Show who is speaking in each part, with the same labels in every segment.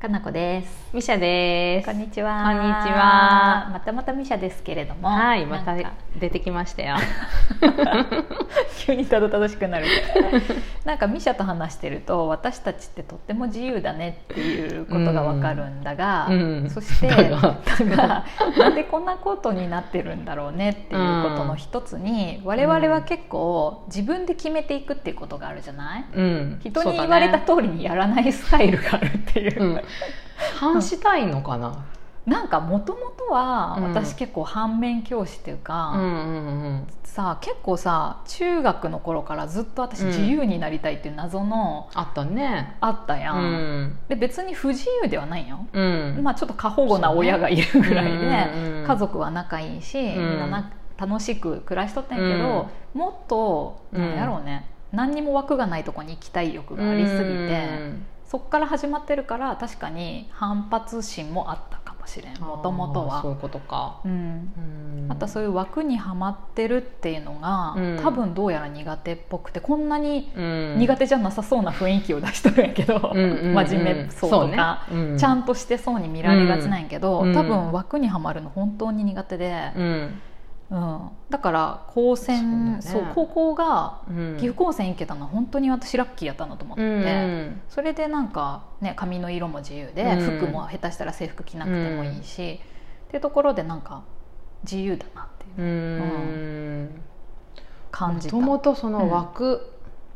Speaker 1: かなこです。
Speaker 2: ミシャです。
Speaker 1: こんにちは。
Speaker 2: こんにちは
Speaker 1: またまたミシャですけれども。
Speaker 2: はい、また
Speaker 1: なんか
Speaker 2: 出てきまし たよ。
Speaker 1: 急にたどたどしくなるけど。 なんかミシャと話してると、私たちってとっても自由だねっていうことがわかるんだが、
Speaker 2: うん
Speaker 1: そして、
Speaker 2: だが
Speaker 1: がなんでこんなことになってるんだろうねっていうことの一つに、我々は結構自分で決めていくっていうことがあるじゃない。
Speaker 2: うん、
Speaker 1: 人
Speaker 2: そ
Speaker 1: に
Speaker 2: うだ
Speaker 1: 言
Speaker 2: ね
Speaker 1: われた通りにやらないスタイルがあるっていう
Speaker 2: うん、反したいのかな。
Speaker 1: なんかもともとは
Speaker 2: うん
Speaker 1: 私結構反面教師というか、
Speaker 2: うんうん
Speaker 1: さあ結構さ中学の頃からずっと私
Speaker 2: うん
Speaker 1: 自由になりたいっていう謎の
Speaker 2: あったね。
Speaker 1: あった
Speaker 2: う
Speaker 1: やん、
Speaker 2: ん
Speaker 1: で別に不自由ではないよ、
Speaker 2: うん。
Speaker 1: まあ、ちょっと過保護な親がいるぐらいで、
Speaker 2: うんうん
Speaker 1: 家族は仲いいし、みんなな楽しく暮らしとったんやけど、もっと
Speaker 2: うん
Speaker 1: なんやろうね、何にも枠がないとこに行きたい欲がありすぎて、
Speaker 2: うん
Speaker 1: そっから始まってるから確かに反発心もあったかもしれんもともと
Speaker 2: あー
Speaker 1: は
Speaker 2: そういうことか。
Speaker 1: うん、
Speaker 2: うん
Speaker 1: またそういう枠にはまってるっていうのが、
Speaker 2: うん
Speaker 1: 多分どうやら苦手っぽくてこんなに
Speaker 2: うん
Speaker 1: 苦手じゃなさそうな雰囲気を出しとるんやけど、
Speaker 2: うんうんうん
Speaker 1: 真面目そうとか
Speaker 2: そうねうん
Speaker 1: ちゃんとしてそうに見られがちなんやけど、
Speaker 2: うん
Speaker 1: 多分枠にはまるの本当に苦手で、
Speaker 2: うん
Speaker 1: うんだから高専
Speaker 2: そ
Speaker 1: そうう、
Speaker 2: だね
Speaker 1: 高校が
Speaker 2: うん
Speaker 1: 岐阜高専行けたのは本当に私ラッキーやったなと思って。
Speaker 2: うんうん
Speaker 1: それでなんか、ね、髪の色も自由で、
Speaker 2: うん
Speaker 1: 服も下手したら制服着なくてもいいし、っていうところでなんか自由だなっていう
Speaker 2: うん
Speaker 1: 感じた、う
Speaker 2: もとも
Speaker 1: ん、
Speaker 2: とその枠、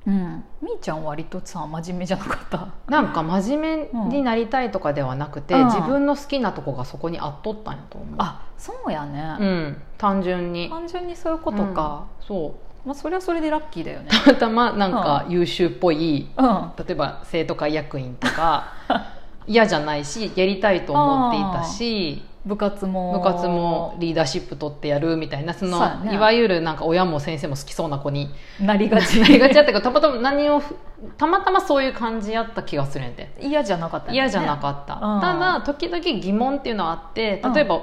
Speaker 1: みーちゃん割とさ真面目じゃなかった
Speaker 2: なんか真面目になりたいとかではなくて、
Speaker 1: うん
Speaker 2: 自分の好きなとこがそこにあっとったんやと思う
Speaker 1: あそうや
Speaker 2: う
Speaker 1: ね、
Speaker 2: ん、単純に
Speaker 1: 単純にそういうことか、、
Speaker 2: うんそ
Speaker 1: まあ、それはそれでラッキーだよね
Speaker 2: うたまたまなんか優秀っぽい
Speaker 1: うん
Speaker 2: 例えば生徒会役員と か嫌じゃないしやりたいと思っていたし
Speaker 1: 部活も
Speaker 2: 部活もリーダーシップ取ってやるみたいなそ
Speaker 1: そうや
Speaker 2: の
Speaker 1: ね
Speaker 2: いわゆるなんか親も先生も好きそうな子に
Speaker 1: なりが ち
Speaker 2: なりがちだったけどたまたま何をたまたまそういう感じやった気がするんやて
Speaker 1: 嫌じゃなかった
Speaker 2: 嫌じゃな
Speaker 1: っ
Speaker 2: かった、
Speaker 1: うん
Speaker 2: ただ時々疑問っていうのはあって
Speaker 1: うん
Speaker 2: 例えば、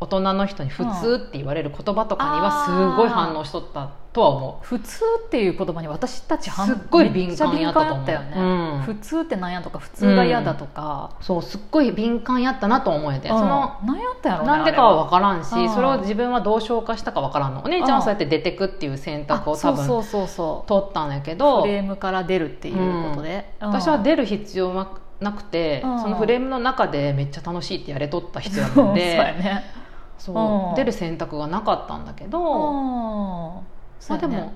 Speaker 2: 大人の人に「普通」って言われる言葉とかにはすごい反応しとったとは思う
Speaker 1: た普通っていう言葉に私たち
Speaker 2: すっごい敏
Speaker 1: めっちゃ
Speaker 2: 感
Speaker 1: 敏
Speaker 2: やった
Speaker 1: 感
Speaker 2: と思
Speaker 1: や
Speaker 2: う
Speaker 1: ったよね、
Speaker 2: うん
Speaker 1: 普通ってなんやとか普通が嫌だとか、
Speaker 2: そうすっごい敏感やったなと思えて、
Speaker 1: うん
Speaker 2: その
Speaker 1: なんやったんやろうね
Speaker 2: なんでかは分からんし、
Speaker 1: うん
Speaker 2: それを自分はどう消化したか分からんのお姉ちゃんはそうやって出てくっていう選択を多
Speaker 1: あ
Speaker 2: 分
Speaker 1: そうそうそう
Speaker 2: 取ったんやけ
Speaker 1: そう
Speaker 2: ど
Speaker 1: フレームから出るっていうことで、うん
Speaker 2: 私は出る必要はなくて、
Speaker 1: うん
Speaker 2: そのフレームの中でめっちゃ楽しいってやれとった必要なん
Speaker 1: そうや
Speaker 2: で
Speaker 1: ね
Speaker 2: そう
Speaker 1: うん
Speaker 2: 出る選択がなかったんだけど、
Speaker 1: うんそう
Speaker 2: まあ
Speaker 1: や
Speaker 2: で
Speaker 1: ね
Speaker 2: も、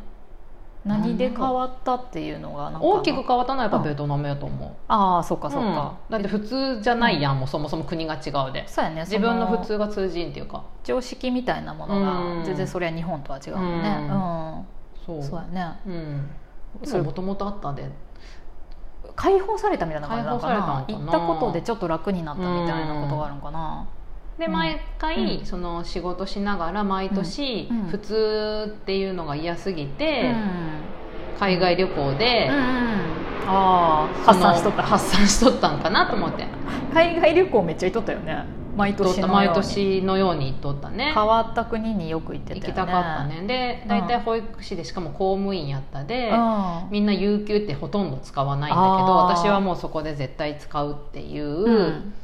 Speaker 1: 何で変わったっていうのがなんかな
Speaker 2: 大きく変わったのはやっぱベトナムやと思う、
Speaker 1: ああそうか
Speaker 2: あ
Speaker 1: そ
Speaker 2: そうう
Speaker 1: か
Speaker 2: か、だって普通じゃないやん、もうそもそも国が違うで
Speaker 1: そうやね
Speaker 2: 自分の普
Speaker 1: そ
Speaker 2: 通が通じんっていうか
Speaker 1: 常識みたいなも
Speaker 2: う
Speaker 1: のが
Speaker 2: ん
Speaker 1: 全然それは日本とは違うもんね
Speaker 2: そ
Speaker 1: うん、
Speaker 2: う
Speaker 1: そうやね
Speaker 2: うん
Speaker 1: それ
Speaker 2: もともとあったで
Speaker 1: 解放されたみたいな感じなのかな
Speaker 2: 解放された
Speaker 1: 行
Speaker 2: の
Speaker 1: っ
Speaker 2: かな
Speaker 1: たことでちょっと楽になったみたいなことがあるのかな、
Speaker 2: で
Speaker 1: うん
Speaker 2: 毎回、
Speaker 1: うん
Speaker 2: その仕事しながら毎年、
Speaker 1: うんうん
Speaker 2: 普通っていうのが嫌すぎ
Speaker 1: う
Speaker 2: て、
Speaker 1: ん
Speaker 2: 海外旅行で、
Speaker 1: うんああ発
Speaker 2: その
Speaker 1: 散しとった
Speaker 2: 発散しとったんかなと思って
Speaker 1: 海外旅行めっちゃ行っとったよね毎
Speaker 2: 行っとっ
Speaker 1: 年
Speaker 2: た
Speaker 1: のように
Speaker 2: 毎年のように行っとったね
Speaker 1: 変わった国によく行ってたよ
Speaker 2: 行
Speaker 1: ね
Speaker 2: きたかったねで
Speaker 1: ん
Speaker 2: 大体保育士でしかも公務員やった
Speaker 1: う
Speaker 2: で、
Speaker 1: ん
Speaker 2: みんな有給ってほとんど使わないんだけど
Speaker 1: あー
Speaker 2: 私はもうそこで絶対使うっていう、
Speaker 1: うん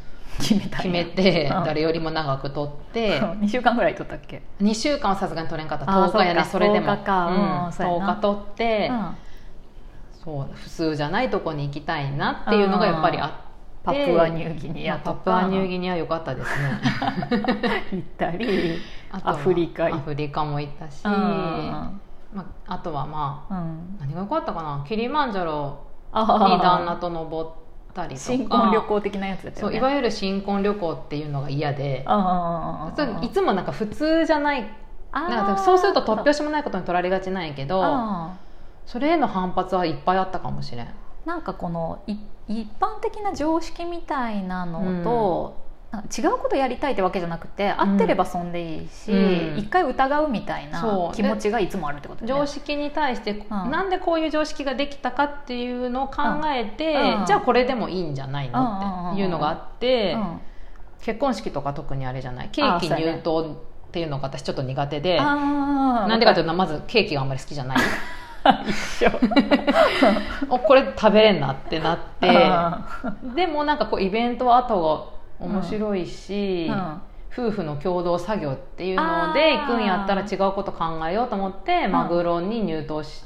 Speaker 1: 決めた
Speaker 2: 決めて
Speaker 1: うん
Speaker 2: 誰よりも長く取って、
Speaker 1: 2週間ぐらい行っとったっけ
Speaker 2: 2週間はさすがに取れんかった
Speaker 1: あー
Speaker 2: 10日やな
Speaker 1: そっか
Speaker 2: それでも
Speaker 1: 10日かうん
Speaker 2: うん
Speaker 1: そうやな
Speaker 2: 10日取って、
Speaker 1: うん
Speaker 2: そう普通じゃないとこに行きたいなっていうのがやっぱりあって
Speaker 1: パプアニューギニア
Speaker 2: まあ
Speaker 1: とか
Speaker 2: パプアニューギニア良かったですね
Speaker 1: 行ったり
Speaker 2: あと は
Speaker 1: アフリカ行
Speaker 2: ア
Speaker 1: っ
Speaker 2: フリカも行ったし、
Speaker 1: たり
Speaker 2: まあ、あとはまあ
Speaker 1: うん
Speaker 2: 何が良かったかなキリマンジャロ
Speaker 1: あ
Speaker 2: に旦那
Speaker 1: ー
Speaker 2: と登ったりとか
Speaker 1: 新婚旅行的なやつだった
Speaker 2: そ
Speaker 1: よ
Speaker 2: う
Speaker 1: ね
Speaker 2: いわゆる新婚旅行っていうのが嫌で
Speaker 1: あー
Speaker 2: そういつもなんか普通じゃない
Speaker 1: あー
Speaker 2: なんかそうすると突拍子もないことに取られがちなんやけど
Speaker 1: あ
Speaker 2: それへの反発はいっぱいあったかもしれん
Speaker 1: ーなんかこのい一般的な常識みたいなのと、なんか違うことやりたいってわけじゃなくて合ってればそんでいいし、
Speaker 2: うん
Speaker 1: 一回疑うみたいな
Speaker 2: そう
Speaker 1: 気持ちがいつもあるってことだよ
Speaker 2: 常
Speaker 1: ね
Speaker 2: 識に対して、なんでこういう常識ができたかっていうのを考えて、
Speaker 1: うんうん
Speaker 2: じゃあこれでもいいんじゃないのっていうのがあって、
Speaker 1: うん
Speaker 2: 結婚式とか特にあれじゃないケーキ
Speaker 1: あそうやね
Speaker 2: 入刀っていうのが私ちょっと苦手で、
Speaker 1: あー
Speaker 2: なんでかというとまずケーキがあんまり好きじゃない
Speaker 1: 一緒
Speaker 2: おこれ食べれんなってなっ
Speaker 1: う
Speaker 2: てでもなんかこうイベントは後が面白いし、
Speaker 1: ん うん
Speaker 2: 夫婦の共同作業っていうので
Speaker 1: あー
Speaker 2: 行くんやったら違うこと考えようと思って
Speaker 1: ん
Speaker 2: マグロに入刀し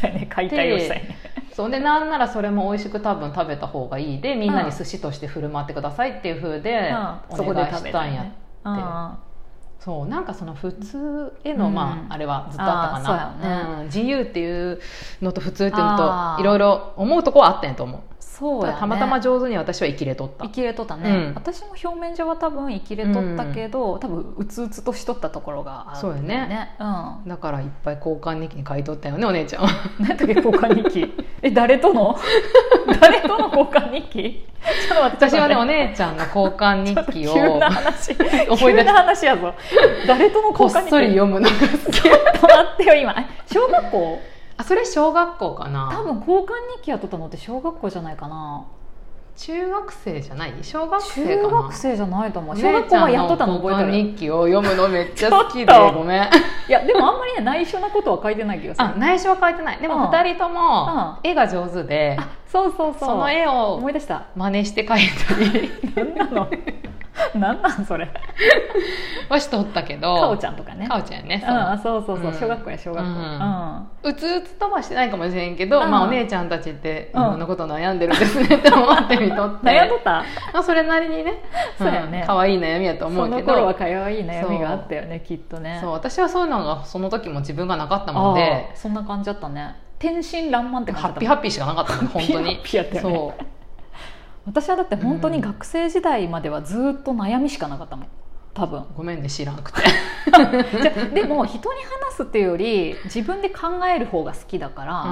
Speaker 1: そうやね解体をしたいね
Speaker 2: そうでなんならそれも美味しく多分食べた方がいいでみんなに寿司として振る舞ってくださいっていう風で
Speaker 1: うんそ
Speaker 2: お
Speaker 1: こで
Speaker 2: 願い
Speaker 1: 食
Speaker 2: し
Speaker 1: べ
Speaker 2: た
Speaker 1: たい
Speaker 2: んや、
Speaker 1: ねうん
Speaker 2: そうなんかその普通への、
Speaker 1: うん
Speaker 2: まあ、あれはずっとあったかな
Speaker 1: あーそうやね
Speaker 2: ん自由っていうのと普通っていうの
Speaker 1: あー
Speaker 2: といろいろ思うとこはあったんやと思う
Speaker 1: そうやね
Speaker 2: たまたま上手に私は生きれとった
Speaker 1: 生きれとったね、
Speaker 2: うん
Speaker 1: 私も表面上は多分生きれとったけど、多分うつうつとしとったところがある
Speaker 2: そうよね
Speaker 1: ね、うん、な
Speaker 2: だからいっぱい交換日記に書いとったよねお姉 ちゃんは
Speaker 1: んやったっけ交換日 記え誰との 誰との交換日記ちょっと待って
Speaker 2: 私はねお
Speaker 1: ね
Speaker 2: 姉ちゃんの交換日記 を
Speaker 1: 急な話
Speaker 2: 思い出
Speaker 1: 急
Speaker 2: し
Speaker 1: な話やぞ誰との
Speaker 2: こ
Speaker 1: 交
Speaker 2: っそ
Speaker 1: 換
Speaker 2: り
Speaker 1: 日記
Speaker 2: 読むのが好き
Speaker 1: ちょっと 待ってよ今え小学校
Speaker 2: あ それ小学校かな
Speaker 1: 多分交換日記やっとったのって小学校じゃないかな
Speaker 2: 中学生じゃない小学生
Speaker 1: 中
Speaker 2: かな
Speaker 1: 学生じゃないと思う小学校はやっとったの覚えて
Speaker 2: お姉ちゃんの
Speaker 1: る
Speaker 2: 交換日記を読むのめっちゃ好き
Speaker 1: ちょっ
Speaker 2: で
Speaker 1: と
Speaker 2: ごめん
Speaker 1: いやでもあんまりね内緒なことは書いてない気がする
Speaker 2: あ内緒は書いてないで
Speaker 1: う
Speaker 2: も
Speaker 1: ん
Speaker 2: 2人とも絵が上手で
Speaker 1: あそうそうそう
Speaker 2: その絵
Speaker 1: 思
Speaker 2: を
Speaker 1: い出 した
Speaker 2: 真似して描いたり
Speaker 1: 何 なの何なんそれ
Speaker 2: はしとったけど
Speaker 1: かおち
Speaker 2: ゃ
Speaker 1: ゃんとかね
Speaker 2: かおちゃんやね
Speaker 1: うんあそうそうそう、
Speaker 2: うん
Speaker 1: 小学校や小学校、
Speaker 2: う
Speaker 1: うんん
Speaker 2: そううつうつとはしてないかもしれんけど、
Speaker 1: うん
Speaker 2: まあ、お姉ちゃんたちってい
Speaker 1: うん
Speaker 2: ろんなこと悩んでるんですねって思ってみとって
Speaker 1: 悩んどった
Speaker 2: まあ、それなりにね
Speaker 1: そうやね
Speaker 2: ん可愛い悩みやと思
Speaker 1: そうの
Speaker 2: け
Speaker 1: 頃
Speaker 2: ど
Speaker 1: はかわいい悩みがあったよねきっとね
Speaker 2: そう私はそういうのがその時も自分がなかったもんで
Speaker 1: あーそんな感じだったね天真爛漫って
Speaker 2: ハ
Speaker 1: 感
Speaker 2: ッ
Speaker 1: じ
Speaker 2: ピー
Speaker 1: だ
Speaker 2: ハ
Speaker 1: った
Speaker 2: ッピーしかなかったの本当に
Speaker 1: ハッピーハッピーやったよね
Speaker 2: そう
Speaker 1: 私はだって本当に学生時代まではずっと悩みしかなかったもん多分
Speaker 2: ごめんね知らんくて
Speaker 1: じゃでも人に話すっていうより自分で考える方が好きだから、
Speaker 2: う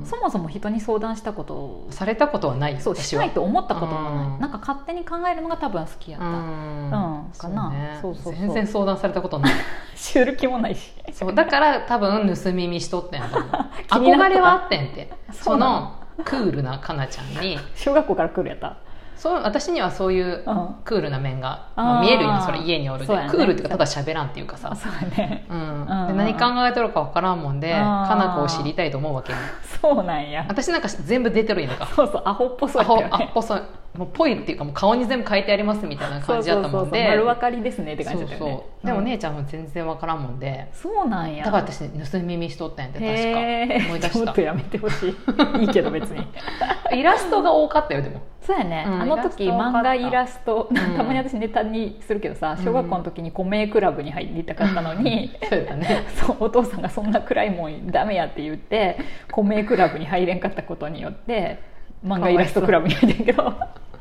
Speaker 2: ん
Speaker 1: そもそも人に相談したことを
Speaker 2: されたことはないよ
Speaker 1: そうし
Speaker 2: 私
Speaker 1: な
Speaker 2: はい
Speaker 1: と思ったこともない、
Speaker 2: うん
Speaker 1: なんか勝手に考えるのが多分好きやった、
Speaker 2: うん
Speaker 1: うんかな
Speaker 2: そ
Speaker 1: そ
Speaker 2: うね
Speaker 1: うそうそう
Speaker 2: 全然相談されたことない
Speaker 1: 知る気もないし
Speaker 2: そうだから多分盗み見しとったんやと思う
Speaker 1: 気になった
Speaker 2: 憧れはあってんって
Speaker 1: そ
Speaker 2: そう
Speaker 1: な
Speaker 2: の
Speaker 1: の
Speaker 2: クールなかなちゃんに
Speaker 1: 小学校から来るやった、
Speaker 2: そう私にはそういう
Speaker 1: うん、
Speaker 2: クールな面が、
Speaker 1: あー
Speaker 2: まあ見えるよねそれ家におるで、
Speaker 1: そうやね
Speaker 2: クールっていうかただ喋らんっていうか
Speaker 1: あ
Speaker 2: さ
Speaker 1: そうやね
Speaker 2: うん、
Speaker 1: うん
Speaker 2: で何考えとるか分からんもんで
Speaker 1: あー
Speaker 2: かな子を知りたいと思うわけよ
Speaker 1: そうなんや
Speaker 2: 私なんか全部出てるやんか
Speaker 1: そうそうアホっぽそ
Speaker 2: ア
Speaker 1: うやったよ
Speaker 2: ホあっ
Speaker 1: ね
Speaker 2: ぽそうもうぽいっていうかもう顔に全部書いてありますみたいな
Speaker 1: そ
Speaker 2: 感
Speaker 1: う
Speaker 2: じ
Speaker 1: そ
Speaker 2: だ
Speaker 1: うそ
Speaker 2: った
Speaker 1: う
Speaker 2: もんで
Speaker 1: 丸分かりですねって感じだったよね
Speaker 2: そうそうでも姉ちゃんも全然分からんもんで
Speaker 1: うん、そうなんや
Speaker 2: だから私盗み見しとったんやで
Speaker 1: へ
Speaker 2: 確か
Speaker 1: え
Speaker 2: 思い出
Speaker 1: ちょ
Speaker 2: し
Speaker 1: っとやめてほしいいいけど別に
Speaker 2: た イラストが多かったよでも
Speaker 1: そうやね、
Speaker 2: うん
Speaker 1: あの時
Speaker 2: イラスト多かった
Speaker 1: 漫画イラスト
Speaker 2: ん
Speaker 1: たまに私ネタにするけどさ
Speaker 2: うん
Speaker 1: 小学校の時に米クラブに入りたかったのに、
Speaker 2: そうだね
Speaker 1: そうお父さんがそんな暗いもんダメやって言って米クラブに入れんかったことによって漫画イラストクラブに入ってんけど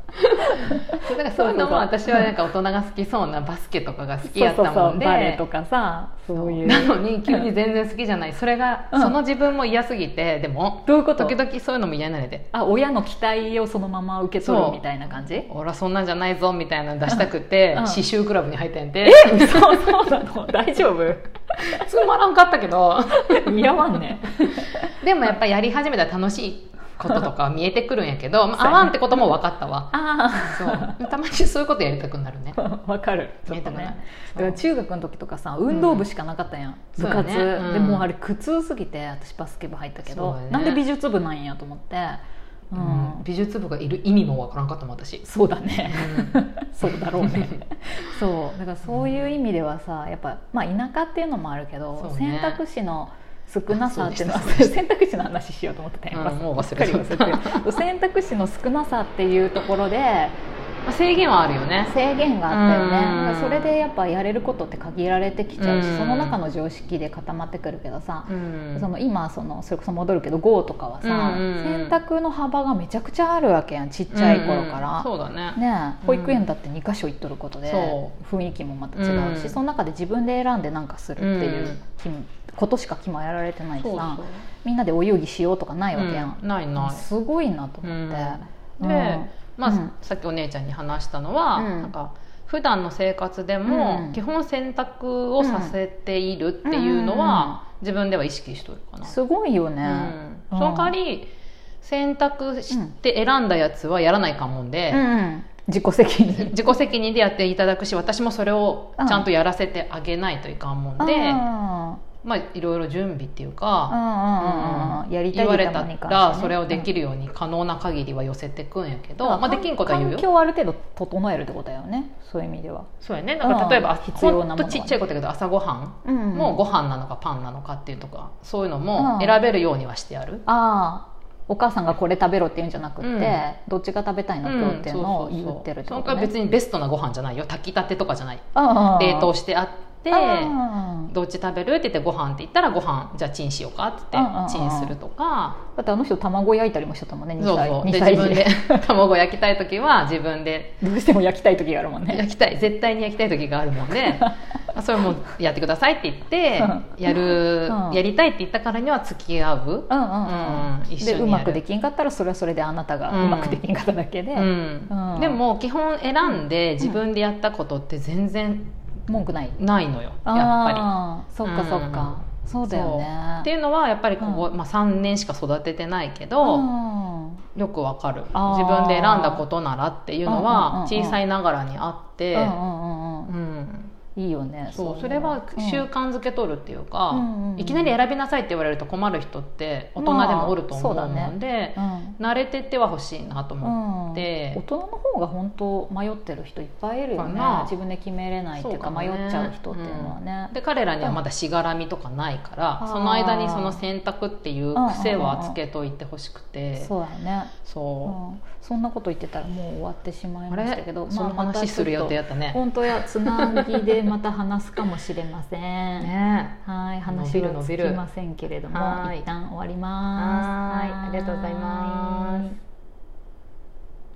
Speaker 2: そうだからそういうのも私はなんか大人が好きそうなバスケとかが好きやっ
Speaker 1: そう
Speaker 2: た
Speaker 1: そう
Speaker 2: も
Speaker 1: そ
Speaker 2: ん
Speaker 1: う
Speaker 2: で
Speaker 1: バレエとかさそういう
Speaker 2: なのに急に全然好きじゃないそれが、
Speaker 1: うん
Speaker 2: その自分も嫌すぎてでも
Speaker 1: どういうこと
Speaker 2: 時々そういうのも嫌になれて
Speaker 1: あ親の期待をそのまま受け取
Speaker 2: そ
Speaker 1: る
Speaker 2: う
Speaker 1: みたいな感じ
Speaker 2: 俺はそんなんじゃないぞみたいなの出したくて、
Speaker 1: うんうん
Speaker 2: 刺繍クラブに入ってんで
Speaker 1: そうそうな の大丈 夫
Speaker 2: つまらんかったけど
Speaker 1: 似合わんね
Speaker 2: でもやっぱりやり始めたら楽しいこととか見えてくるんやけ ど、ま
Speaker 1: そうや
Speaker 2: あ、合
Speaker 1: ね
Speaker 2: わんってことも分かったわ
Speaker 1: あ
Speaker 2: そうたまにそういうことやりたくなるね
Speaker 1: あわかるちょっと
Speaker 2: 見えたくな
Speaker 1: ね
Speaker 2: い
Speaker 1: だから中学の時とかさ運動部しかなかったやん、
Speaker 2: うん
Speaker 1: 部活、
Speaker 2: そうやねうん
Speaker 1: でもうあれ苦痛すぎて私バスケ部入ったけ
Speaker 2: そう
Speaker 1: ど、
Speaker 2: だね
Speaker 1: なんで美術部なんやと思ってう、
Speaker 2: うんん美術部がいる意味も分からんかったもん私
Speaker 1: そうだね、
Speaker 2: う
Speaker 1: そうだろうね そうだからそういう意味ではさやっぱ、まあ、田舎っていうのもあるけど、
Speaker 2: そう
Speaker 1: 選
Speaker 2: ね
Speaker 1: 択肢の少なさっていうのは
Speaker 2: そうでし
Speaker 1: 選択肢の話しようと思ってた
Speaker 2: うん
Speaker 1: やっぱ
Speaker 2: もう忘
Speaker 1: すっか
Speaker 2: れ
Speaker 1: り
Speaker 2: ちゃった
Speaker 1: 忘 れてる選択肢の少なさっていうところで
Speaker 2: まあ制限はあるよね
Speaker 1: 制限があったよね
Speaker 2: うん
Speaker 1: だからそれでやっぱやれることって限られてきちゃうし、
Speaker 2: うん
Speaker 1: その中の常識で固まってくるけどさ、
Speaker 2: うん
Speaker 1: その今そのそれこそ戻るけど GO とかはさ、
Speaker 2: うんうんうん
Speaker 1: 選択の幅がめちゃくちゃあるわけやんちっちゃい頃から。
Speaker 2: うんうんそうだね
Speaker 1: ね
Speaker 2: う
Speaker 1: え、
Speaker 2: ん
Speaker 1: 保育園だって2か所行っとることで、
Speaker 2: そ
Speaker 1: 雰囲気もまた違うし、
Speaker 2: うん
Speaker 1: その中で自分で選んでなんかするっていう、
Speaker 2: うん
Speaker 1: きことしか決まられてないしさ
Speaker 2: そうそう
Speaker 1: みんなでお遊戯しようとかないわけや、
Speaker 2: うんんないない
Speaker 1: すごいなと思って、
Speaker 2: で、
Speaker 1: うん
Speaker 2: まあ
Speaker 1: うん
Speaker 2: さっきお姉ちゃんに話したのは、
Speaker 1: うん
Speaker 2: なんか普段の生活でも、
Speaker 1: うん
Speaker 2: 基本選択をさせているっていうのは、
Speaker 1: うんうんうん
Speaker 2: 自分では意識しとるかな、
Speaker 1: すごいよ
Speaker 2: う
Speaker 1: ね、
Speaker 2: ん
Speaker 1: うん
Speaker 2: その代わり選択して選んだやつはやらないかもん
Speaker 1: うん
Speaker 2: で、
Speaker 1: うん自己責任
Speaker 2: 自己責任でやっていただくし私もそれをちゃんとやらせてあげないといかんもんで、
Speaker 1: あ
Speaker 2: まあいろいろ準備っていうか、
Speaker 1: うんうんうんうんやりたい
Speaker 2: 言われた
Speaker 1: に関してね
Speaker 2: らそれをできるように可能な限りは寄せてくんやけど、まあ、できんことは言う
Speaker 1: 環
Speaker 2: よ
Speaker 1: 境をある程度整えるってことだよねそういう意味では、
Speaker 2: そうやねなんか例えば、
Speaker 1: うん必
Speaker 2: ほ
Speaker 1: 要
Speaker 2: ん
Speaker 1: なものは
Speaker 2: とちっちゃいことやけど朝ごはん
Speaker 1: うん
Speaker 2: もご飯なのかパンなのかっていうとかそういうの
Speaker 1: うん
Speaker 2: も選べるようにはしてある、
Speaker 1: ああお母さんがこれ食べろって言うんじゃなくって、
Speaker 2: うん
Speaker 1: どっちが食べたいの今日っていうのを言ってるってこ
Speaker 2: その
Speaker 1: と
Speaker 2: か
Speaker 1: ね
Speaker 2: 別にベストなご飯じゃないよ炊きたてとかじゃない
Speaker 1: ああ
Speaker 2: 冷凍してあって
Speaker 1: ああ
Speaker 2: どっち食べるって言ってご飯って言ったらご飯じゃあチンしようかって言
Speaker 1: うんうんうん
Speaker 2: ってチンするとか
Speaker 1: だってあの人卵焼いたりもしてたもんね2
Speaker 2: そう
Speaker 1: 歳
Speaker 2: そうで
Speaker 1: 2歳
Speaker 2: 自
Speaker 1: 児
Speaker 2: 分で 卵焼きたい時は自分で
Speaker 1: どうしても焼きたい時があるもんね
Speaker 2: 焼きたい絶対に焼きたい時があるも んでそれもやってくださいって言ってやる
Speaker 1: うん
Speaker 2: やりたいって言ったからには付き合う
Speaker 1: うんうんうん
Speaker 2: うん一緒にや
Speaker 1: で
Speaker 2: る
Speaker 1: うまくできんかったらそれはそれであなたが
Speaker 2: うん
Speaker 1: うまくできんかっただけで、
Speaker 2: うん
Speaker 1: うん
Speaker 2: でも基本選んで自分でやったことって全然
Speaker 1: 文句ない
Speaker 2: ないのよやっぱり。
Speaker 1: ああそっかそっか、そうだよね
Speaker 2: っていうのはやっぱりここ、
Speaker 1: うん
Speaker 2: まあ、3年しか育ててないけ
Speaker 1: う
Speaker 2: ど、
Speaker 1: ん
Speaker 2: よくわかる
Speaker 1: あー
Speaker 2: 自分で選んだことならっていうの
Speaker 1: うんうんうん
Speaker 2: は
Speaker 1: うん
Speaker 2: 小さいながらにあって、
Speaker 1: うんうんうんう
Speaker 2: うんん
Speaker 1: いいよね
Speaker 2: そう
Speaker 1: い
Speaker 2: それは習
Speaker 1: うん
Speaker 2: 慣づけとるっていうか、
Speaker 1: うんうん
Speaker 2: いきなり選びなさいって言われると困る人って大人でもおると思う
Speaker 1: まあそうだね
Speaker 2: ので、
Speaker 1: うん
Speaker 2: 慣れてってはほしいなと思
Speaker 1: うん
Speaker 2: で
Speaker 1: 大人の方が本当迷ってる人いっぱいいるよ
Speaker 2: か
Speaker 1: ね
Speaker 2: な
Speaker 1: 自分で決めれないっていうか
Speaker 2: そうか
Speaker 1: 迷
Speaker 2: ね
Speaker 1: っちゃう人っていうのはね
Speaker 2: う、で彼らにはまだしがらみとかないから、
Speaker 1: うん
Speaker 2: その間にその選択っていう癖はつけといてほしくて、
Speaker 1: そうやね、う
Speaker 2: そ
Speaker 1: ん、そんなこと言ってたらもう終わってしま
Speaker 2: う
Speaker 1: い
Speaker 2: あ
Speaker 1: ま
Speaker 2: れ、
Speaker 1: したけど
Speaker 2: その
Speaker 1: まあまた
Speaker 2: 話する予定やった
Speaker 1: ちょっと
Speaker 2: ね
Speaker 1: 本当やつなぎでまた話すかもしれません
Speaker 2: ね
Speaker 1: はい
Speaker 2: 伸
Speaker 1: 話
Speaker 2: びる
Speaker 1: は
Speaker 2: 伸
Speaker 1: つ
Speaker 2: び
Speaker 1: き
Speaker 2: る
Speaker 1: ませんけれども
Speaker 2: はい
Speaker 1: 一旦終わります
Speaker 2: はいありがとうございます
Speaker 1: はーい